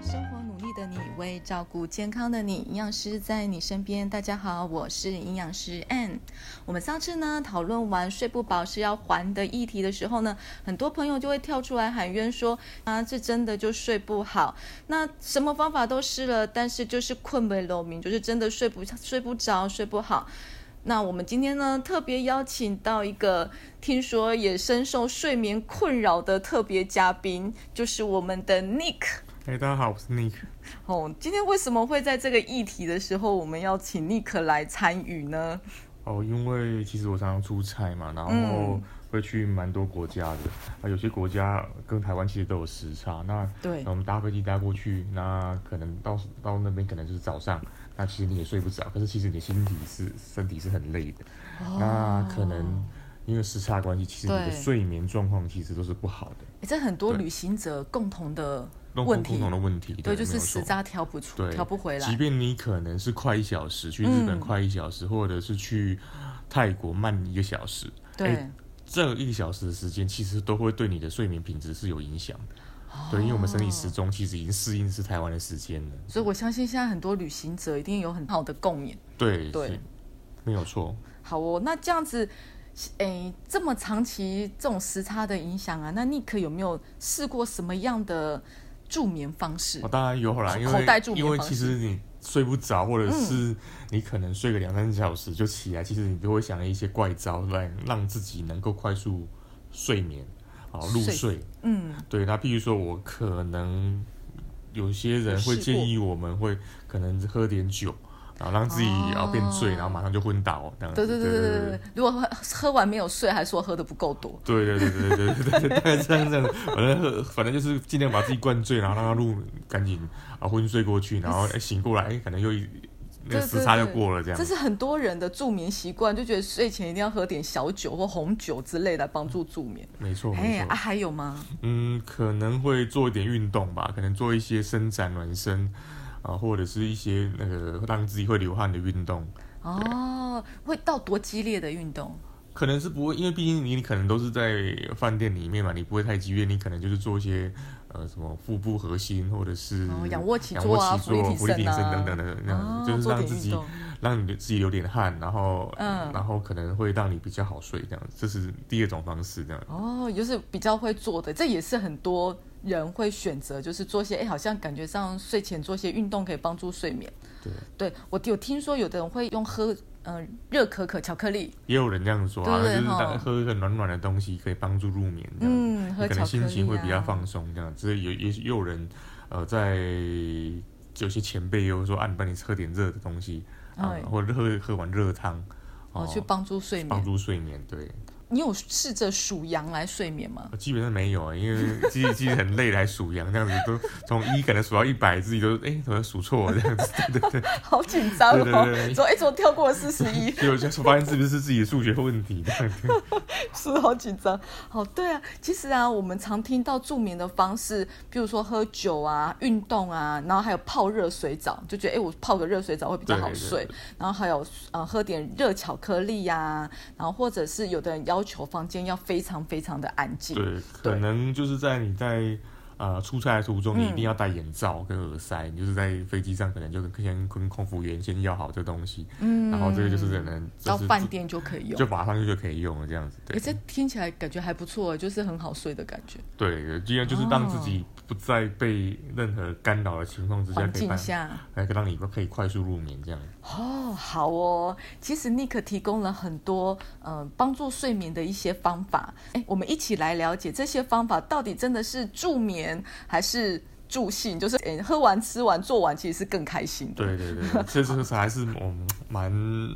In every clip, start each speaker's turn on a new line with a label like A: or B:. A: 生活努力的你，为照顾健康的你，营养师在你身边。大家好，我是营养师 Ann。我们上次呢讨论完睡不饱是要还的议题的时候呢，很多朋友就会跳出来喊冤说啊，这真的就睡不好，那什么方法都试了，但是就是困不拢明，就是真的睡不睡不着，睡不好。那我们今天呢，特别邀请到一个听说也深受睡眠困扰的特别嘉宾，就是我们的 Nick。
B: 哎、大家好，我是 Nick。
A: 哦，今天为什么会在这个议题的时候，我们要请 Nick 来参与呢？
B: 哦，因为其实我常常出差嘛，然后
A: 嗯
B: 会去蛮多国家的。啊，有些国家跟台湾其实都有时差，那
A: 对
B: 那我们搭飞机搭过去，那可能到到那边可能就是早上，那其实你也睡不着，可是其实你心体是身体是很累的。那可能因为时差的关系，其实你的
A: 哦对
B: 睡眠状况其实都是不好的，
A: 诶这很多
B: 对
A: 旅行者共同的
B: 共
A: 问
B: 共
A: 题
B: 同，的问题。
A: 对，就
B: 没
A: 是
B: 有错
A: 时差调不出，
B: 对，
A: 调不回
B: 即
A: 来。
B: 便你可能是快一小时去日本
A: 嗯
B: 快一小时，或者是去泰国慢一个小时，
A: 对
B: 哎，这一个小时的时间其实都会对你的睡眠品质是有影响的。对，因为我们身体时钟其实已经适应是台湾的时间了。
A: 所以我相信现在很多旅行者一定有很好的共鸣。
B: 对
A: 对
B: 是没有错。
A: 好哦，那这样子，诶，这么长期这种时差的影响啊，那 Nick 有没有试过什么样的助眠方式
B: 哦，？当然有啦，因
A: 口袋
B: 为
A: 助眠
B: 因为
A: 方
B: 其
A: 式嗯
B: 实你睡不着，或者是你可能睡个两三个小时就起来，其实你都会想一些怪招来让自己能够快速睡眠，好入
A: 睡
B: 睡。
A: 嗯，
B: 对，那比如说我可能有些人
A: 有
B: 会
A: 试
B: 建议我们会可能喝点酒，然后让自己
A: 哦
B: 然后变醉，然后马上就昏倒这样
A: 对
B: 子。
A: 对对
B: 对
A: 对对对。如果喝喝完没有睡，还说喝的不够多。
B: 对对对对对对对对对，大概这样这样子，反正喝反正就是尽量把自己灌醉，然后让他入赶紧啊昏睡过去，然后哎醒过来，哎可能又一那
A: 对
B: 个
A: 对
B: 时差就
A: 对
B: 过了这样
A: 这
B: 子。
A: 是很多人的助眠习惯，就觉得睡前一定要喝点小酒或红酒之类来帮助助眠。
B: 没错嗯
A: 哎、
B: 没
A: 啊，
B: 错，
A: 还有吗？
B: 嗯，可能会做一点运动吧，可能做一些伸展暖身啊，或者是一些那个让自己会流汗的运动。
A: 哦，会到多激烈的运动？
B: 可能是不会，因为毕竟你你可能都是在饭店里面嘛，你不会太激烈，你可能就是做一些呃什么腹部核心或者是
A: 哦仰卧起
B: 嗯仰
A: 坐啊
B: 卧起坐、
A: 浮
B: 浮
A: 力
B: 力
A: 挺
B: 挺
A: 身
B: 身
A: 啊
B: 等等的，那样
A: 哦
B: 子，就是
A: 做
B: 让
A: 点
B: 自
A: 运
B: 己
A: 动。
B: 让你自己流点汗，然后
A: 嗯
B: 然后可能会让你比较好睡这样，这是第二种方式这样。
A: 哦，就是比较会做的，这也是很多人会选择，就是做些哎，好像感觉上睡前做些运动可以帮助睡眠。
B: 对，
A: 对我有听说有的人会用喝嗯、呃热可可巧克力，
B: 也有人这样说啊，
A: 对
B: 就是
A: 吼
B: 当喝一个暖暖的东西可以帮助入眠这样子，
A: 嗯喝
B: 你可
A: 巧克
B: 能
A: 力
B: 心情会比较
A: 啊
B: 放松这样子。所以有也也有人呃在有些前辈又说啊，你帮你喝点热的东西。啊
A: 哎，
B: 或者喝喝碗热汤，
A: 哦，去帮助睡
B: 帮
A: 眠。
B: 助睡眠。对，
A: 你有试着数羊来睡眠吗？
B: 呃基本上没有啊，因为自己自己很累，还数羊这样子，都从一可能数到一百，自己都哎、怎么数错了这样子，对对对，
A: 好紧张
B: 对
A: 哦
B: 对对！对
A: 说哎，怎么跳过了四十一？
B: 结果就发现是不是自己的数学问题这样子。
A: 是好紧张。好，对啊，其实啊，我们常听到助眠的方式，比如说喝酒啊、运动啊，然后还有泡热水澡，就觉得哎、诶我泡个热水澡会比较好
B: 对对
A: 睡。
B: 对
A: 然后还有呃，喝点热巧克力呀、然后或者是有的人要求房间要非常非常的安静。
B: 对，可能就是在你在。呃，出差的途中，你
A: 嗯
B: 一定要戴眼罩跟耳塞。你就是在飞机上，可能就跟先跟空服员先要好这东西，嗯，然后这个就是可能就
A: 到
B: 是
A: 饭店就可以用
B: 就。马上就可以用了这样子。对
A: 哎，，这听起来感觉还不错，就是很好睡的感觉。
B: 对，这样就是让自
A: 哦
B: 己不再被任何干扰的情况之下，
A: 环
B: 可以
A: 境
B: 办，
A: 下，
B: 还可以让你可以快速入眠这样。
A: 哦，好哦。其实 Nick 提供了很多呃帮助睡眠的一些方法，哎，我们一起来了解这些方法到底真的是助眠还是助兴？就是哎喝完、吃完、做完，其实是更开心的。
B: 对对对，这就是还是我们蛮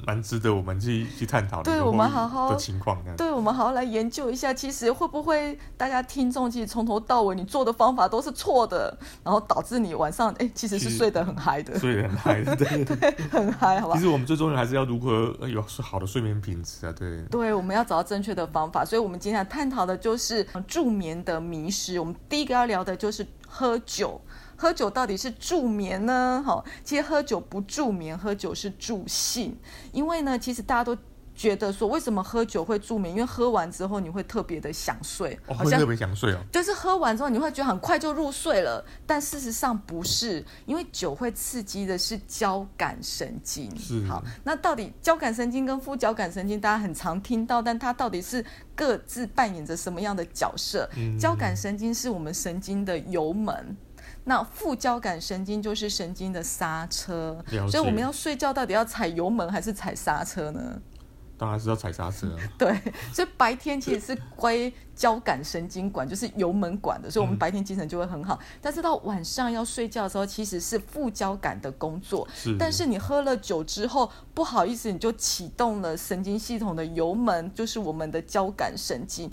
B: 蛮值得我们去去探讨的
A: 对
B: 一个
A: 我们
B: 获利
A: 好好
B: 的情况这样。
A: 对，我们好好来研究一下，其实会不会大家听众其实从头到尾你做的方法都是错的，然后导致你晚上哎其实是
B: 其实
A: 睡得很嗨的，
B: 所以很嗨，对。
A: 很 嗨，好吧
B: 其？实我们最重要的还是要如何呃有好的睡眠品质啊，对。
A: 对，我们要找到正确的方法，所以我们今天要探讨的就是呃助眠的迷失。我们第一个要聊的就是喝酒，喝酒到底是助眠呢？哈，其实喝酒不助眠，喝酒是助兴，因为呢，其实大家都。觉得说为什么喝酒会助眠，因为喝完之后你会特别的想睡，
B: 哦，
A: 好
B: 会
A: 像
B: 特别想睡哦。
A: 就是喝完之后你会觉得很快就入睡了，但事实上不是，因为酒会刺激的是交感神经。
B: 是
A: 好，那到底交感神经跟副交感神经，大家很常听到，但它到底是各自扮演着什么样的角色？
B: 嗯
A: 交感神经是我们神经的油门。那副交感神经就是神经的刹车
B: 了，
A: 所以我们
B: 解
A: 要睡觉到底要踩油门还是踩刹车呢？
B: 当然是要踩刹 车啊。
A: 对，所以白天其实是归交感神经管，就是油门管的，所以我们
B: 嗯
A: 白天精神就会很好。但是到晚上要睡觉的时候，其实是副交感的工作。
B: 是
A: 但是你喝了酒之后，不好意思，你就启动了神经系统的油门，就是我们的交感神经。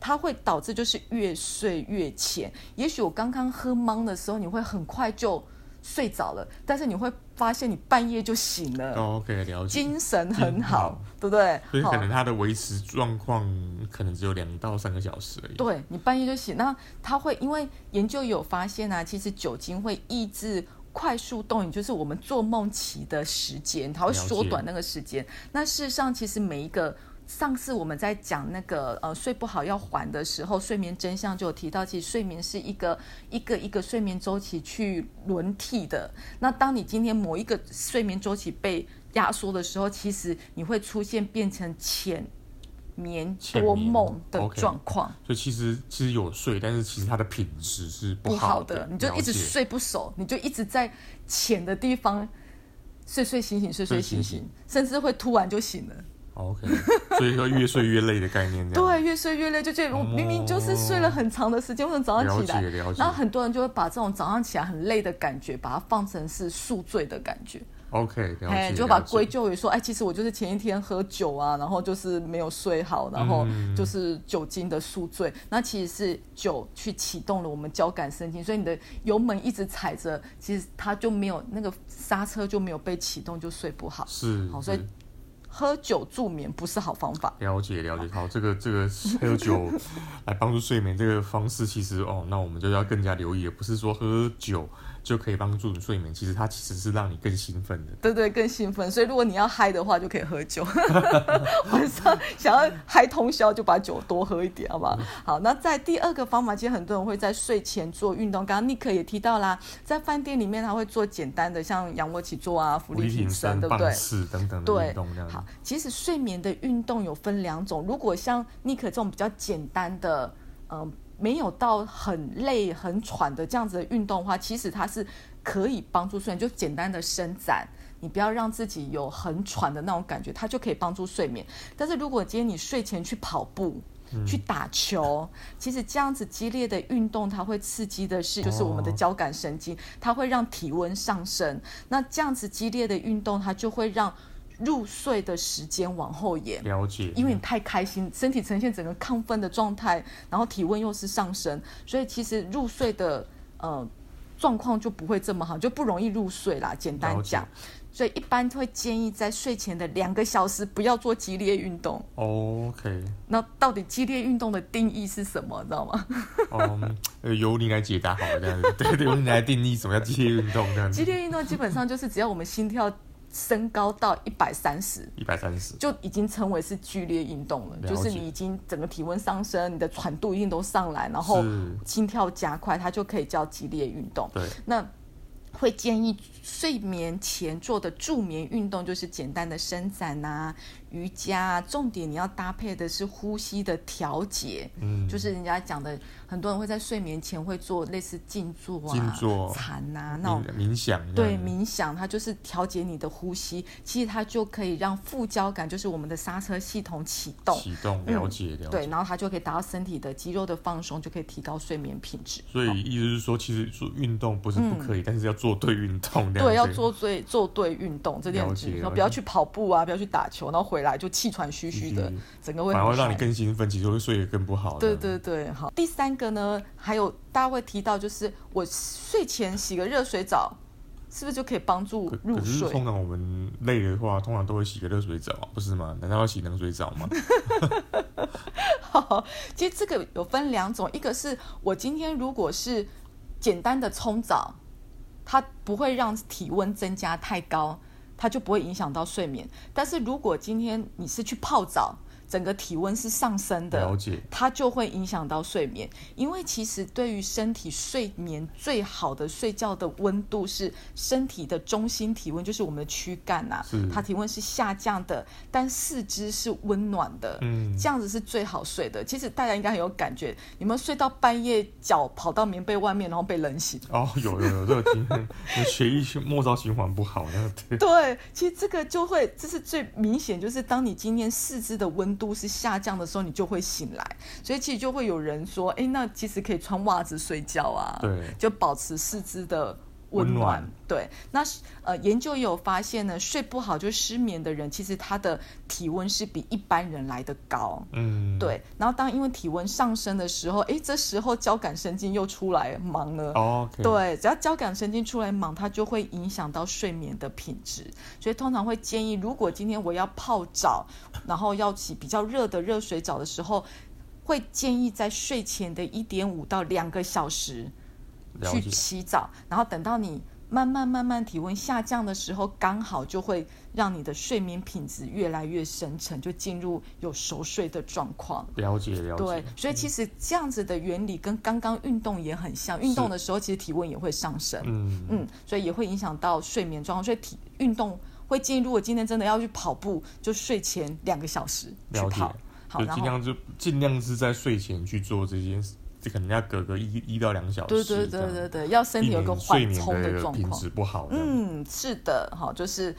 A: 它会导致就是越睡越浅。也许我刚刚喝懵的时候，你会很快就睡着了，但是你会发现你半夜就醒了，
B: 哦 OK，了解。
A: 精神很
B: 精
A: 好，
B: 好
A: 对不对？
B: 所以可
A: 好
B: 能他的维持状况可能只有两到三个小时而已。
A: 对你半夜就醒，那它会因为研究有发现啊，其实酒精会抑制快速动眼，就是我们做梦期的时间，它会
B: 了解
A: 缩短那个时间。那事实上，其实每一个。上次我们在讲那个呃睡不好要还的时候，睡眠真相就有提到，其实睡眠是一个一个一个睡眠周期去轮替的。那当你今天某一个睡眠周期被压缩的时候，其实你会出现变成浅眠
B: 浅
A: 多
B: 眠
A: 梦的
B: ，OK
A: 状况。
B: 所以其实其实有睡，但是其实它的品质是
A: 不好
B: 好
A: 的，你就一直
B: 了解
A: 睡不熟，你就一直在浅的地方睡睡醒醒睡睡醒
B: 睡
A: 醒，甚至会突然就醒了。
B: OK，所以说越睡越累的概念这样。
A: 对，越睡越累，就觉得我
B: 哦
A: 明明就是睡了很长的时间，为什么早上起来
B: 了解了？解
A: 然后很多人就会把这种早上起来很累的感觉，把它放成是宿醉的感觉，
B: ，OK，了解。
A: 哎，
B: 了
A: 就把
B: 解
A: 归咎于说，哎，其实我就是前一天喝酒啊，然后就是没有睡好，然后
B: 嗯
A: 就是酒精的宿醉。那其实是酒去启动了我们交感神经，所以你的油门一直踩着，其实它就没有那个刹车就没有被启动，就睡不好。
B: 是，
A: 好所以
B: 是
A: 喝酒助眠不是好方法。
B: 了解了解。好，这个这个 喝酒来帮助睡眠这个方式，其实哦，那我们就要更加留意，不是说喝酒就可以帮助你睡眠，其实它其实是让你更兴奋的。
A: 对对，更兴奋。所以如果你要嗨的话，就可以喝酒。 晚上想要嗨通宵，就把酒多喝一点，好不好？好，那在第二个方法，其实很多人会在睡前做运动。刚刚 Nick 也提到啦，在饭店里面他会做简单的，像仰卧起坐啊、
B: 浮
A: 浮力挺身，对不
B: 棒
A: 对？
B: 式等等的
A: 对
B: 运动这样，子
A: 好。，其实睡眠的运动有分两种，如果像 Nick 这种比较简单的，嗯、没有到很累、很喘的这样子的运动的话，其实它是可以帮助睡眠，就简单的伸展。你不要让自己有很喘的那种感觉，它就可以帮助睡眠。但是如果今天你睡前去跑步、
B: 嗯
A: 去打球，其实这样子激烈的运动，它会刺激的是就是我们的
B: 哦
A: 交感神经，它会让体温上升。那这样子激烈的运动，它就会让入睡的时间往后延，
B: 了解，
A: 因为你太开心，身体呈现整个亢奋的状态，然后体温又是上升，所以其实入睡的呃状况就不会这么好，就不容易入睡啦。简单
B: 了解
A: 讲，所以一般会建议在睡前的两个小时不要做激烈运动。
B: OK，
A: 那到底激烈运动的定义是什么？你知道吗？
B: 嗯，呃由你来解答好了，这样子， 对对，由你来定义什么叫激烈运动这样
A: 激
B: 子。
A: 烈运动基本上就是只要我们心跳升高到一百三十，
B: 一百三十，
A: 就已经称为是剧烈运动了，
B: 了
A: 就是
B: 解
A: 你已经整个体温上升，你的喘度一定都上来，然后
B: 是
A: 心跳加快，它就可以叫激烈运动。
B: 对，
A: 那会建议睡眠前做的助眠运动就是简单的伸展啊、瑜伽啊，重点你要搭配的是呼吸的调节，
B: 嗯，
A: 就是人家讲的，很多人会在睡眠前会做类似静坐啊、
B: 静坐嗯
A: 禅啊那种
B: 冥冥想这
A: 对
B: 样子，
A: 冥想，它就是调节你的呼吸，其实它就可以让副交感，就是我们的刹车系统启动，
B: 启动，
A: 嗯
B: 了解了
A: 对，
B: 解。
A: 然后它就可以达到身体的肌肉的放松，就可以提高睡眠品质。
B: 所以意思是说，其实做运动不是不可以，但是要做对运动，这
A: 嗯
B: 样
A: 对，要
B: 子
A: 做对做对运动，这点很
B: 了解
A: 重要，
B: 了
A: 不要
B: 解
A: 去跑步啊，不要去打球，然后回来就气喘吁吁的
B: 吁吁，
A: 整个会
B: 嗯反而
A: 很
B: 会让你
A: 嗨
B: 更嗯兴奋，其实会睡得更不好。
A: 对
B: 这样
A: 对
B: 子，
A: 对，好。第三个呢，还有大家会提到，就是我睡前洗个热水澡，是不是就可以帮助
B: 可
A: 入
B: 可是
A: 睡？
B: 通常我们累的话，通常都会洗个热水澡啊，不是吗？难道要洗冷水澡 吗？
A: 其实这个有分两种，一个是我今天如果是简单的冲澡，它不会让体温增加太高，它就不会影响到睡眠。但是如果今天你是去泡澡，整个体温是上升
B: 了
A: 的，
B: 解，
A: 它就会影响到睡眠。因为其实对于身体睡眠最好的睡觉的温度是身体的中心体温，就是我们的躯干啊
B: 是，
A: 它体温是下降的，但四肢是温暖的。
B: 嗯，
A: 这样子是最好睡的。其实大家应该很有感觉，你们睡到半夜脚跑到棉被外面，然后被冷 醒。
B: 哦，有有有这个听， 你血液循末梢循环不好，那个对，
A: 对，其实这个就会，这是最明显，就是当你今天四肢的温度是下降的时候，你就会醒来。所以其实就会有人说，哎、那其实可以穿袜子睡觉啊，
B: 对
A: 就保持四肢的。
B: 温
A: 温
B: 暖
A: 暖，对，那是呃，研究也有发现呢，睡不好就失眠的人，其实他的体温是比一般人来的高。
B: 嗯，，
A: 对，然后当因为体温上升的时候，诶，这时候交感神经又出来忙了。
B: 哦，OK，
A: 对，只要交感神经出来忙，它就会影响到睡眠的品质，所以通常会建议，如果今天我要泡澡，然后要洗比较热的热水澡的时候，会建议在睡前的一点五到两个小时
B: 了
A: 去
B: 解，
A: 洗澡，然后等到你慢慢慢慢体温下降的时候，刚好就会让你的睡眠品质越来越深沉，就进入有熟睡的状况。
B: 了解，嗯了解，
A: 对，所以其实这样子的原理跟刚刚运动也很像，运动的时候其实体温也会上升，
B: 嗯，
A: 嗯，所以也会影响到睡眠状况，所以体运动会建议，如果今天真的要去跑步，就睡前两个小时去
B: 了解
A: 跑，好，
B: 就
A: 然
B: 尽
A: 后
B: 量就尽量是在睡前去做这件事，这可能要隔个一一到两小
A: 对对
B: 时，
A: 对对
B: 对，
A: 对，要身
B: 避
A: 体有
B: 免
A: 个
B: 睡
A: 缓
B: 眠
A: 冲
B: 那个
A: 状
B: 品
A: 况，
B: 质不好，嗯，
A: 嗯，是的，好，就是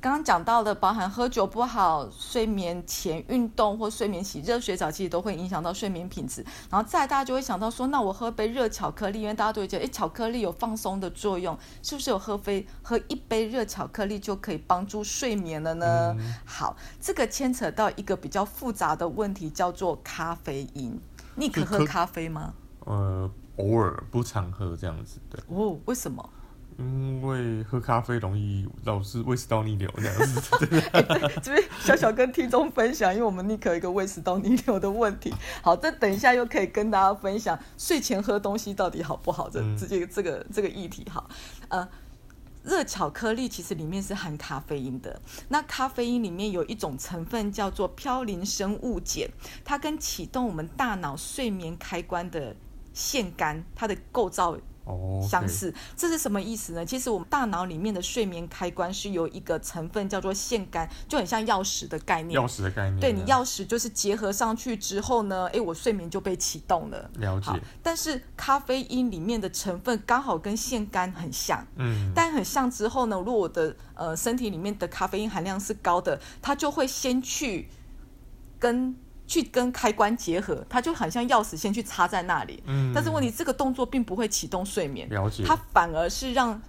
A: 刚刚讲到的，包含喝酒不好、睡眠前运动或睡眠洗热水澡，其实都会影响到睡眠品质。然后再来大家就会想到说，那我喝杯热巧克力，因为大家都会觉得，诶，巧克力有放松的作用，是不是有喝杯喝一杯热巧克力就可以帮助睡眠了呢？
B: 嗯
A: 好，这个牵扯到一个比较复杂的问题，叫做咖啡因。你可
B: 是
A: 喝
B: 可
A: 咖啡吗？
B: 呃，偶尔不常喝这样子，对，
A: 哦，为什么？
B: 因为喝咖啡容易老是胃食道逆流这样子，
A: 这边小小跟听众分享，因为我们 Nick 有一个胃食道逆流的问题。好，这等一下又可以跟大家分享睡前喝东西到底好不好？这
B: 嗯
A: 这这个这个议题好，呃。热巧克力其实里面是含咖啡因的，那咖啡因里面有一种成分叫做嘌呤生物碱，它跟启动我们大脑睡眠开关的腺苷，它的构造
B: 哦，
A: 相，似。这是什么意思呢？其实我们大脑里面的睡眠开关是由一个成分叫做腺苷，就很像钥匙的概念
B: 钥。匙的嗯概念，
A: 对你钥匙就是结合上去之后呢，诶，我睡眠就被启动了。
B: 了解
A: 好，，但是咖啡因里面的成分刚好跟腺苷很像，
B: 嗯，
A: 但很像之后呢，如果我的呃身体里面的咖啡因含量是高的，它就会先去跟去跟开关结合，它就很像钥匙先去插在那里。
B: 嗯
A: 但是问题这个动作并不会启动睡眠，
B: 了解，
A: 它反而是让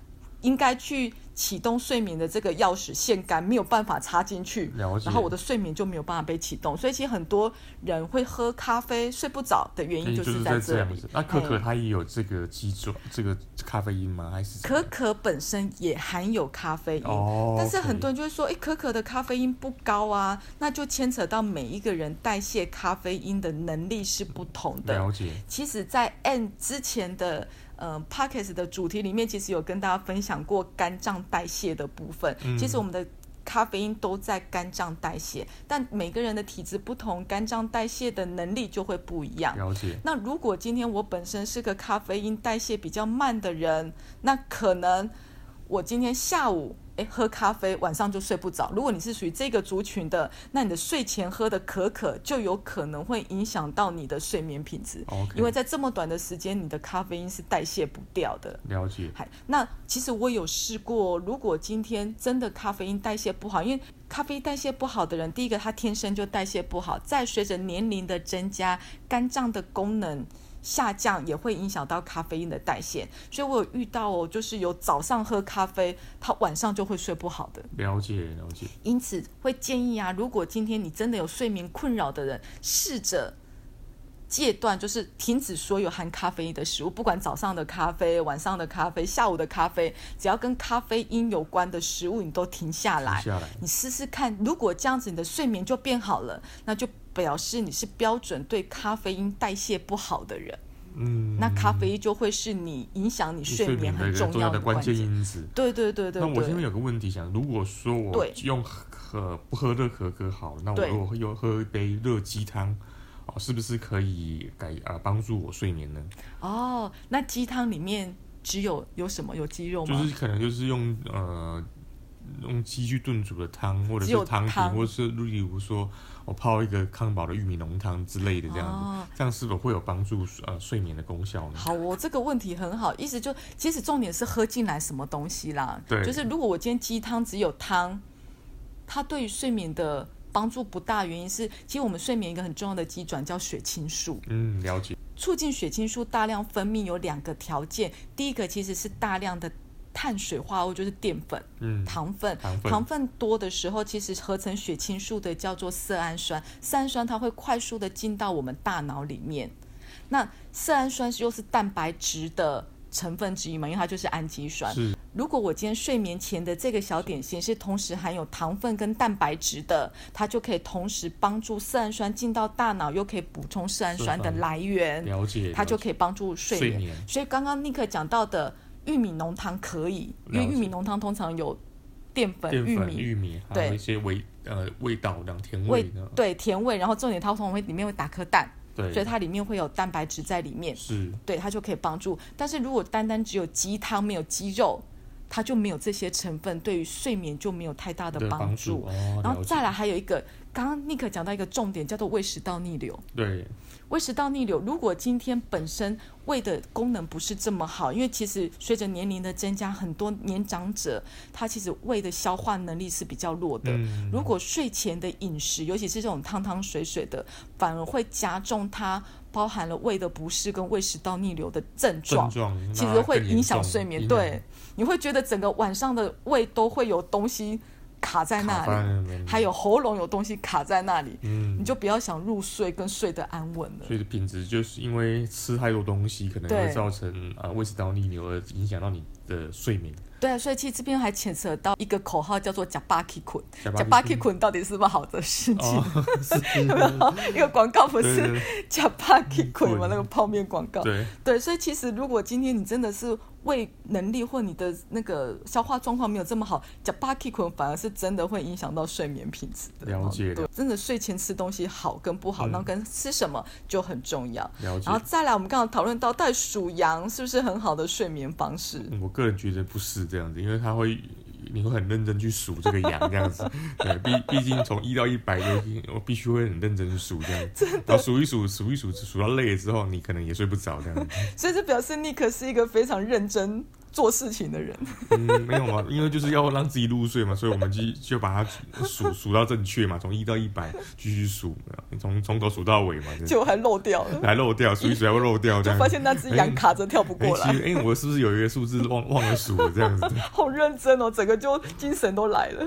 A: 应该去启动睡眠的这个钥匙线杆没有办法插进去
B: 了，解
A: 然后我的睡眠就没有办法被启动。所以其实很多人会喝咖啡睡不着的原因
B: 就
A: 就是
B: 是
A: 在
B: 在
A: 这
B: 这
A: 里
B: 样。子。那可可
A: 哎
B: 它也有这个基准，这个咖啡因吗？还是怎么
A: 可
B: 样
A: 可本身也含有咖啡因，
B: 哦
A: 但是很
B: OK
A: 多人就会说，哎、可可的咖啡因不高啊，那就牵扯到每一个人代谢咖啡因的能力是不同的。
B: 了解？
A: 其实，在 N 之前的呃 p o c k e t 的主题里面，其实有跟大家分享过肝脏代谢的部分。
B: 嗯
A: 其实我们的咖啡因都在肝脏代谢，但每个人的体质不同，肝脏代谢的能力就会不一样。
B: 了解，
A: 那如果今天我本身是个咖啡因代谢比较慢的人，那可能我今天下午诶喝咖啡，晚上就睡不着。如果你是属于这个族群的，那你的睡前喝的可可就有可能会影响到你的睡眠品质
B: OK
A: 因为在这么短的时间，你的咖啡因是代谢不掉的。
B: 了解，
A: 嗨，那其实我有试过，如果今天真的咖啡因代谢不好，因为咖啡代谢不好的人，第一个他天生就代谢不好，再随着年龄的增加，肝脏的功能。下降也会影响到咖啡因的代谢，所以我有遇到哦，就是有早上喝咖啡，他晚上就会睡不好的。
B: 了解，了解，
A: 因此会建议啊，如果今天你真的有睡眠困扰的人，试着戒断，就是停止所有含咖啡因的食物，不管早上的咖啡、晚上的咖啡、下午的咖啡，只要跟咖啡因有关的食物，你都停下来
B: 停。下来，
A: 你试试看，如果这样子你的睡眠就变好了，那就表示你是标准对咖啡因代谢不好的人。
B: 嗯，
A: 那咖啡就会是你影响你睡眠很
B: 的
A: 重
B: 重
A: 要
B: 要
A: 的
B: 的关键因子。
A: 对对对对
B: 那我现在
A: 对，
B: 有个问题想，如果说我
A: 对
B: 用喝不喝热可可好了，那我
A: 对
B: 如果又喝一杯热鸡汤，哦，是不是可以改啊帮助我睡眠呢？
A: 哦，那鸡汤里面只有有什么？有鸡肉
B: 就
A: 吗？
B: 是可能就是用呃用鸡去炖煮的汤，或者
A: 只有
B: 是汤
A: 汤
B: 品，或者是例如说我泡一个康宝的玉米浓汤之类的这样子，
A: 哦
B: 这样是否会有帮助呃睡眠的功效呢？
A: 好哦，这个问题很好，意思就其实重点是喝进来什么东西啦。
B: 对
A: 就是如果我今天鸡汤只有汤，它对于睡眠的帮助不大，原因是其实我们睡眠一个很重要的机转叫血清素，
B: 嗯，了解。
A: 促进血清素大量分泌有两个条件，第一个其实是大量的碳水化合物，就是淀粉。
B: 嗯，
A: 糖分，
B: 糖分
A: 多的时候，其实合成血清素的叫做色氨酸，色氨酸它会快速的进到我们大脑里面。那色氨酸又是蛋白质的成分之一嘛，因为它就是氨基酸。
B: 是
A: 如果我今天睡眠前的这个小点心是同时含有糖分跟蛋白质的，它就可以同时帮助色氨酸进到大脑，又可以补充色氨酸的来源。
B: 了解。
A: 它就
B: 了解
A: 可以帮助睡眠。
B: 睡眠
A: 所以刚刚尼克讲到的玉米浓汤可以，因为
B: 了解
A: 玉米浓汤通常有淀粉、
B: 淀
A: 玉
B: 粉、
A: 米
B: 玉米，还
A: 对
B: 有一些味呃味道，让甜
A: 味
B: 味呢。啊
A: 对甜味，然后重点它通常会里面会打颗蛋，
B: 对，
A: 所以它里面会有蛋白质在里面，
B: 是
A: 对它就可以帮助。但是如果单单只有鸡汤没有鸡肉，它就没有这些成分，对于睡眠就没有太大的
B: 对
A: 帮
B: 帮助。哦，
A: 然后
B: 了解
A: 再来还有一个，刚刚尼克讲到一个重点，叫做胃食道逆流。
B: 对
A: 胃食道逆流，如果今天本身胃的功能不是这么好，因为其实随着年龄的增加，很多年长者他其实胃的消化能力是比较弱的。
B: 嗯
A: 如果睡前的饮食，尤其是这种汤汤水水的，反而会加重它包含了胃的不适跟胃食道逆流的症状
B: 症。状
A: 其
B: 那
A: 实会
B: 更
A: 影
B: 严
A: 响
B: 重
A: 睡眠，
B: 影
A: 对
B: 响，
A: 你会觉得整个晚上的胃都会有东西卡在那
B: 卡在那
A: 里，
B: 边
A: 还有喉咙有东西卡在那里，
B: 嗯
A: 你就不要想入睡跟睡得安稳了。
B: 所以品质就是因为吃太多东西，可能
A: 对
B: 会造成啊胃食道逆流，而影响到你的睡眠。
A: 对，啊所以其实这边还牵扯到一个口号，叫做“假巴 K 捆”。假
B: 假
A: 巴
B: 巴
A: K
B: 基
A: 捆到底是不是好的事情？
B: 哦， 是是
A: 有没 有一个广告不
B: 哦对对
A: 是
B: 对
A: “假巴 K 捆”吗？
B: 捆
A: 那个泡面广告。
B: 对，
A: 对，所以其实如果今天你真的是胃能力或你的那个消化状况没有这么好，假巴 K 捆反而是真的会影响到睡眠品质的。
B: 了解
A: 对，真的睡前吃东西好跟不好，
B: 嗯
A: 那跟吃什么就很重要。
B: 了解
A: 然后。再来，我们刚刚讨论到，到底属羊是不是很好的睡眠方式？
B: 嗯我个人觉得不是这样子，因为它会，你会很认真去数这个羊这样子， 对，毕毕竟从一到一百，有我必须会很认真数这样子，然后数一数，数一数，数到累了之后，你可能也睡不着这样子。
A: 所以这表示尼克是一个非常认真做事情的人。
B: 嗯，没有嘛，因为就是要让自己入睡嘛，所以我们就就把它数数到正确嘛，从一到一百继续数，从从头数到尾嘛，这样
A: 结果还漏掉 了，
B: 还漏掉，数一数还会漏掉
A: 就
B: 这样。
A: 发现那只羊卡着跳不
B: 哎，
A: 过
B: 其
A: 来，
B: 实哎，我是不是有一个数字忘忘了数了 这样子？
A: 好认真哦，整个就精神都来了。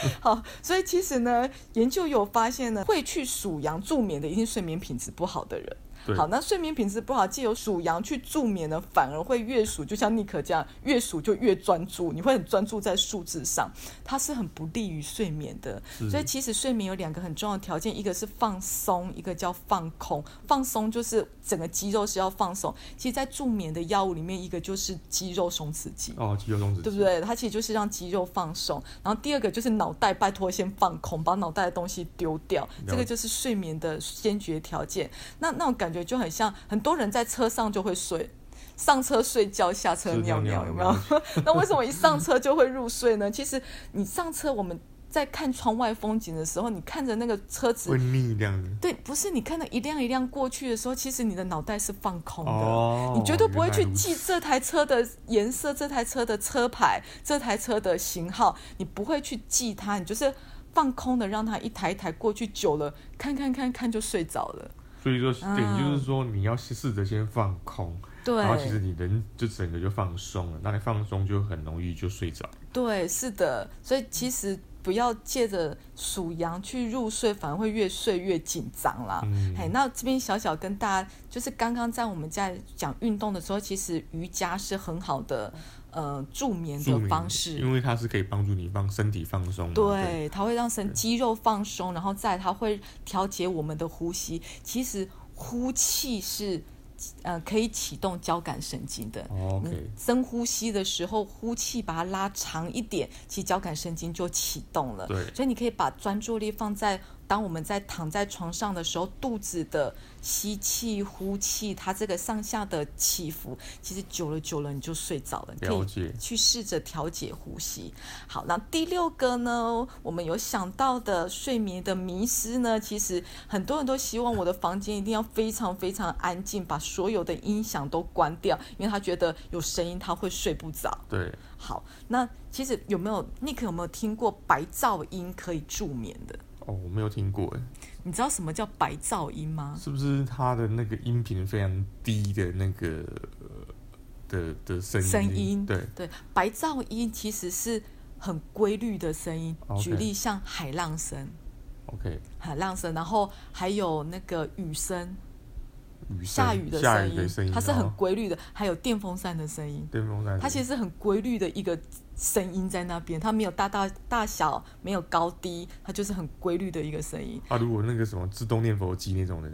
A: 好，所以其实呢，研究有发现呢，会去数羊助眠的，一定睡眠品质不好的人。
B: 对
A: 好，那睡眠品质不好，借由数羊去助眠呢，反而会越数，就像尼克这样，越数就越专注，你会很专注在数字上，它是很不利于睡眠的。所以其实睡眠有两个很重要的条件，一个是放松，一个叫放空。放松就是整个肌肉是要放松，其实，在助眠的药物里面，一个就是肌肉松弛剂。
B: 哦，肌肉松弛，
A: 对不？对？它其实就是让肌肉放松，然后第二个就是脑袋，拜托先放空，把脑袋的东西丢掉，这个就是睡眠的先决条件。那那种感觉就很像很多人在车上就会睡。上车睡觉，下车尿尿，
B: 是尿尿
A: 有没有？ 那为什么一上车就会入睡呢？其实你上车，我们在看窗外风景的时候，你看着那个车子
B: 会腻这样子。
A: 对，不是你看到一辆一辆过去的时候，其实你的脑袋是放空的，
B: 哦
A: 你绝对不会去
B: 原来如此
A: 记这台车的颜色、这台车的车牌、这台车的型号，你不会去记它，你就是放空的让它一台一台过去，久了看看看看就睡着了。
B: 所以说，
A: 嗯
B: 对，就是说你要先试着先放空，
A: 对
B: 然后其实你人就整个就放松了，那你放松就很容易就睡着。
A: 对，是的，所以其实不要借着数羊去入睡，反而会越睡越紧张啦。
B: 嗯
A: 嘿，那这边小小跟大家，就是刚刚在我们在讲运动的时候，其实瑜伽是很好的呃助眠
B: 助
A: 的
B: 眠
A: 方式。
B: 因为它是可以帮助你放身体放松嘛。
A: 对，它会让身肌肉放松，然后再来它会调节我们的呼吸。其实呼气是呃可以启动交感神经的。
B: 哦
A: 你
B: ，OK，
A: 深呼吸的时候，呼气把它拉长一点，其实交感神经就启动了。
B: 对
A: 所以你可以把专注力放在当我们在躺在床上的时候，肚子的吸气、呼气，它这个上下的起伏，其实久了久了你就睡着了。你可
B: 了
A: 以
B: 解
A: 去试着调节呼吸。好，那第六个呢，我们有想到的睡眠的迷失呢，其实很多人都希望我的房间一定要非常非常安静，把所有的音响都关掉，因为他觉得有声音他会睡不着。
B: 对，
A: 好，那其实有没有 Nick 有没有听过白噪音可以助眠的？
B: 哦，我没有听过，哎，
A: 你知道什么叫白噪音吗？
B: 是不是它的那个音频非常低的那个呃的的声音？
A: 声音
B: 对，
A: 对，白噪音其实是很规律的声音。
B: OK
A: 举例像海浪声，
B: ，OK，
A: 海浪声，然后还有那个雨声，
B: 雨
A: 下
B: 声
A: 雨的
B: 下
A: 声
B: 雨的
A: 音，
B: 声音，
A: 它是很
B: 哦
A: 规律的，还有电风扇的声音，
B: 电风扇，
A: 它其
B: 实
A: 实是很规律的一个声音在那边，它没有大大大小，没有高低，它就是很规律的一个声音。
B: 啊，如果那个什么自动念佛机那种的，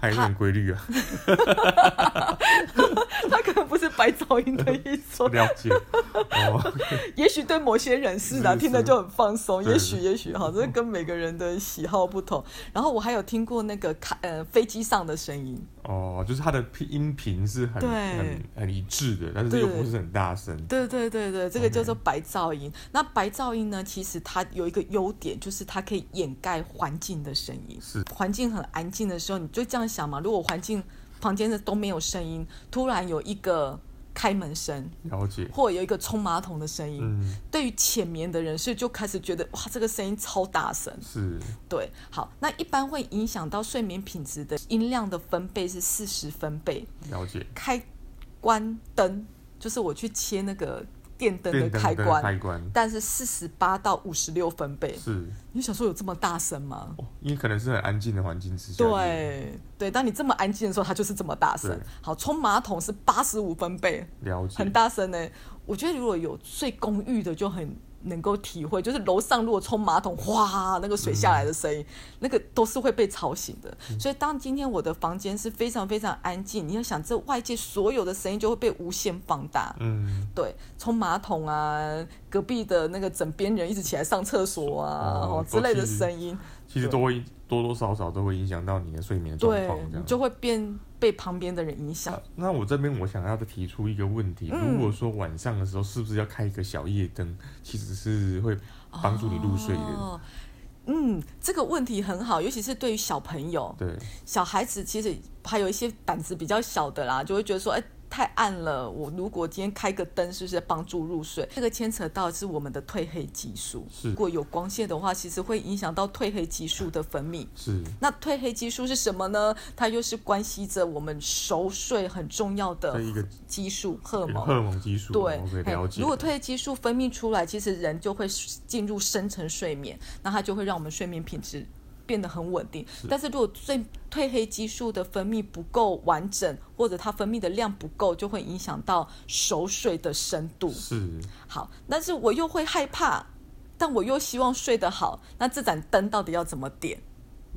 B: 它也是
A: 它
B: 很规 律啊，
A: 它可能不是白噪音的一 种，
B: 了解，哦，
A: 也许对某些人是的，
B: 是
A: 听着就很放松。
B: 对
A: 也许也许哈，这跟每个人的喜好不同。然后我还有听过那个卡呃飞机上的声音，
B: 哦，就是它的音频是很
A: 对
B: 很很一致的，但是
A: 对
B: 又不是很大声。
A: 对对对对，这个
B: OK
A: 叫做白噪音。那白噪音呢，其实它有一个优点，就是它可以掩盖环境的声音。
B: 是
A: 环境很安静的时候，你就这样想嘛，如果环境房间的都没有声音，突然有一个开门声，
B: 了解，
A: 或者有一个冲马桶的声音，
B: 嗯，
A: 对于浅眠的人士就开始觉得哇，这个声音超大声。
B: 是
A: 对，好，那一般会影响到睡眠品质的音量的分贝是四十分贝。
B: 了解。
A: 开关灯，就是我去切那个电灯的
B: 电灯
A: 开关，
B: 开关
A: 但是四十八到五十六分贝。
B: 是、
A: 你想说有这么大声吗？
B: 哦，因为可能是很安静的环境之下，
A: 对对，当你这么安静的时候，它就是这么大声
B: 对。
A: 好，冲马桶是八十五分贝，
B: 了解，
A: 很大声呢、欸我觉得如果有睡公寓的，就很能够体会，就是楼上如果冲马桶，哗，那个水下来的声音，
B: 嗯
A: 那个都是会被吵醒的。所以当今天我的房间是非常非常安静，你要想这外界所有的声音就会被无限放大。
B: 嗯，
A: 对，冲马桶啊，隔壁的那个枕边人一直起来上厕所啊，
B: 哦
A: 哦之类的
B: 都是
A: 声音，
B: 其实都会多多少少都会影响到你的睡眠状
A: 对
B: 况，这
A: 你
B: 样
A: 就会变被旁边的人影响。
B: 那那我这边我想要再提出一个问题，
A: 嗯
B: 如果说晚上的时候是不是要开一个小夜灯，其实是会帮助你入睡的，
A: 哦嗯，这个问题很好，尤其是对于小朋友，
B: 对，
A: 小孩子其实还有一些胆子比较小的啦，就会觉得说，哎、太暗了，我如果今天开个灯，是不是帮助入睡？这个牵扯到是我们的褪黑激素，
B: 是
A: 如果有光线的话，其实会影响到褪黑激素的分泌。
B: 是
A: 那褪黑激素是什么呢？它又是关系着我们熟睡很重要
B: 这
A: 的
B: 一个
A: 激素荷尔蒙。
B: 荷尔蒙激素，
A: 对
B: 我可以，
A: 嘿
B: 了解。
A: 如果褪黑激素分泌出来，其实人就会进入深层睡眠，那它就会让我们睡眠品质变得很稳定。但是如果最褪黑激素的分泌不够完整，或者它分泌的量不够，就会影响到熟睡的深度。
B: 是
A: 好，但是我又会害怕，但我又希望睡得好，那这盏灯到底要怎么点？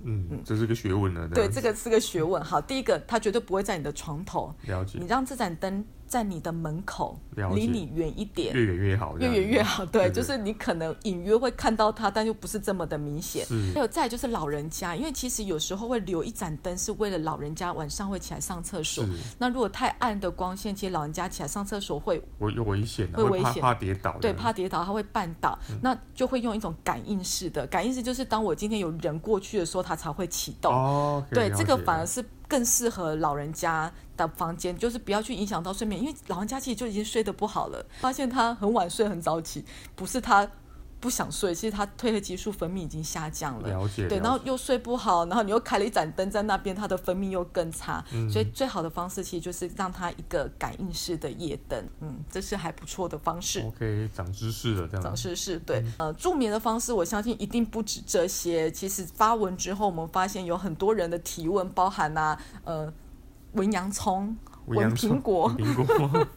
B: 嗯，这是个学问了，
A: 对，
B: 样
A: 这个是个学问。好，第一个，它绝对不会在你的床头，
B: 了解
A: 你，让这盏灯在你的门口
B: 了，解
A: 离你远一点。
B: 越远越好，
A: 越
B: 这样
A: 远越好，对，
B: 对
A: 就是你可能隐约会看到它，但又不是这么的明显。还
B: 是
A: 有再来就是老人家，因为其实有时候会留一盏灯，是为了老人家晚上会起来上厕所
B: 是。，
A: 那如果太暗的光线，其实老人家起来上厕所会
B: 我有危险啊，
A: 会
B: 会
A: 危
B: 怕
A: 险
B: 怕跌倒，
A: 对，怕跌倒，他会绊倒，
B: 嗯
A: 那就会用一种感应式的。感应式就是当我今天有人过去的时候，它才会启动。
B: 哦，可以
A: 对，
B: 了
A: 这个
B: 解
A: 反
B: 了
A: 而是更适合老人家的房间，就是不要去影响到睡眠，因为老人家其实就已经睡得不好了。发现他很晚睡，很早起，不是他不想睡，其实他褪黑激素分泌已经下降了。
B: 了解，
A: 对，
B: 了
A: 然后又睡不好，然后你又开了一盏灯在那边，它的分泌又更差，
B: 嗯
A: 所以最好的方式其实就是让它一个感应式的夜灯，嗯，这是还不错的方式。
B: OK，长知识了，这样嗯
A: 长
B: 子
A: 是是对，呃，助眠的方式，我相信一定不止这些。其实发文之后，我们发现有很多人的提问，包含啊，呃，闻洋葱、
B: 我洋
A: 闻
B: 葱
A: 苹果，
B: 苹 果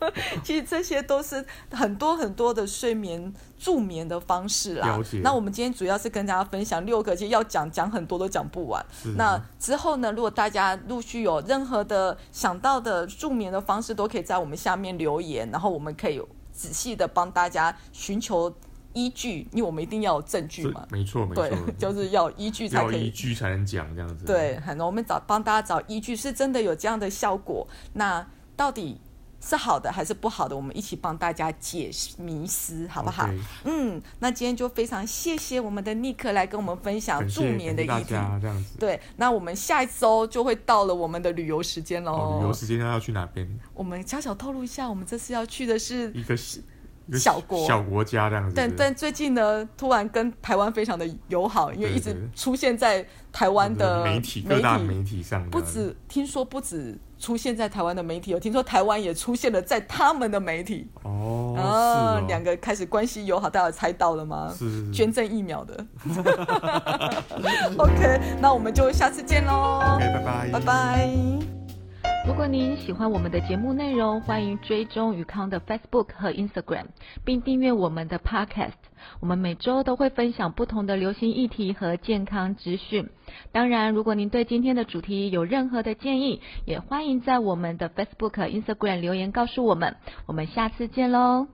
A: 其实这些都是很多很多的睡眠助眠的方式啦
B: 了解。
A: 那我们今天主要是跟大家分享六个，其实要讲讲很多都讲不完。
B: 是
A: 那之后呢，如果大家陆续有任何的想到的助眠的方式，都可以在我们下面留言，然后我们可以仔细的帮大家寻求依据，因为我们一定要有证据
B: 是
A: 嘛。
B: 没错没
A: 对，
B: 错，
A: 就是要有依据才
B: 要
A: 可以
B: 依据才能讲这样子。
A: 对，很我们找帮大家找依据，是真的有这样的效果。那到底是好的还是不好的？我们一起帮大家解迷思，好不好
B: OK，
A: 嗯，那今天就非常谢谢我们的尼克来跟我们分享
B: 感
A: 助
B: 谢
A: 眠的
B: 感谢
A: 议题。
B: 大家这样子。
A: 对，那我们下一周就会到了我们的旅游时间喽。
B: 哦，旅游时间要去哪边？
A: 我们悄悄透露一下，我们这次要去的是
B: 一个一个
A: 小国
B: 小国家这样子。
A: 但但最近呢，突然跟台湾非常的友好，因为
B: 对
A: 一直
B: 对
A: 出现在台湾的
B: 媒体
A: 媒
B: 各大
A: 体
B: 媒体上这
A: 不
B: 样子，
A: 止听说不止出现在台湾的媒体，有听说台湾也出现了在他们的媒体。
B: 哦，是
A: 啊
B: 哦
A: 两个开始关系友好，大家有猜到了吗？
B: 是是是
A: 捐赠疫苗的。OK，那我们就下次见喽，
B: OK，拜拜，
A: 拜。拜。
C: 如果您喜欢我们的节目内容，欢迎追踪宇康的 Facebook 和 Instagram，并订阅我们的 Podcast。我们每周都会分享不同的流行议题和健康资讯。当然，如果您对今天的主题有任何的建议，也欢迎在我们的 Facebook、Instagram 留言告诉我们。我们下次见喽！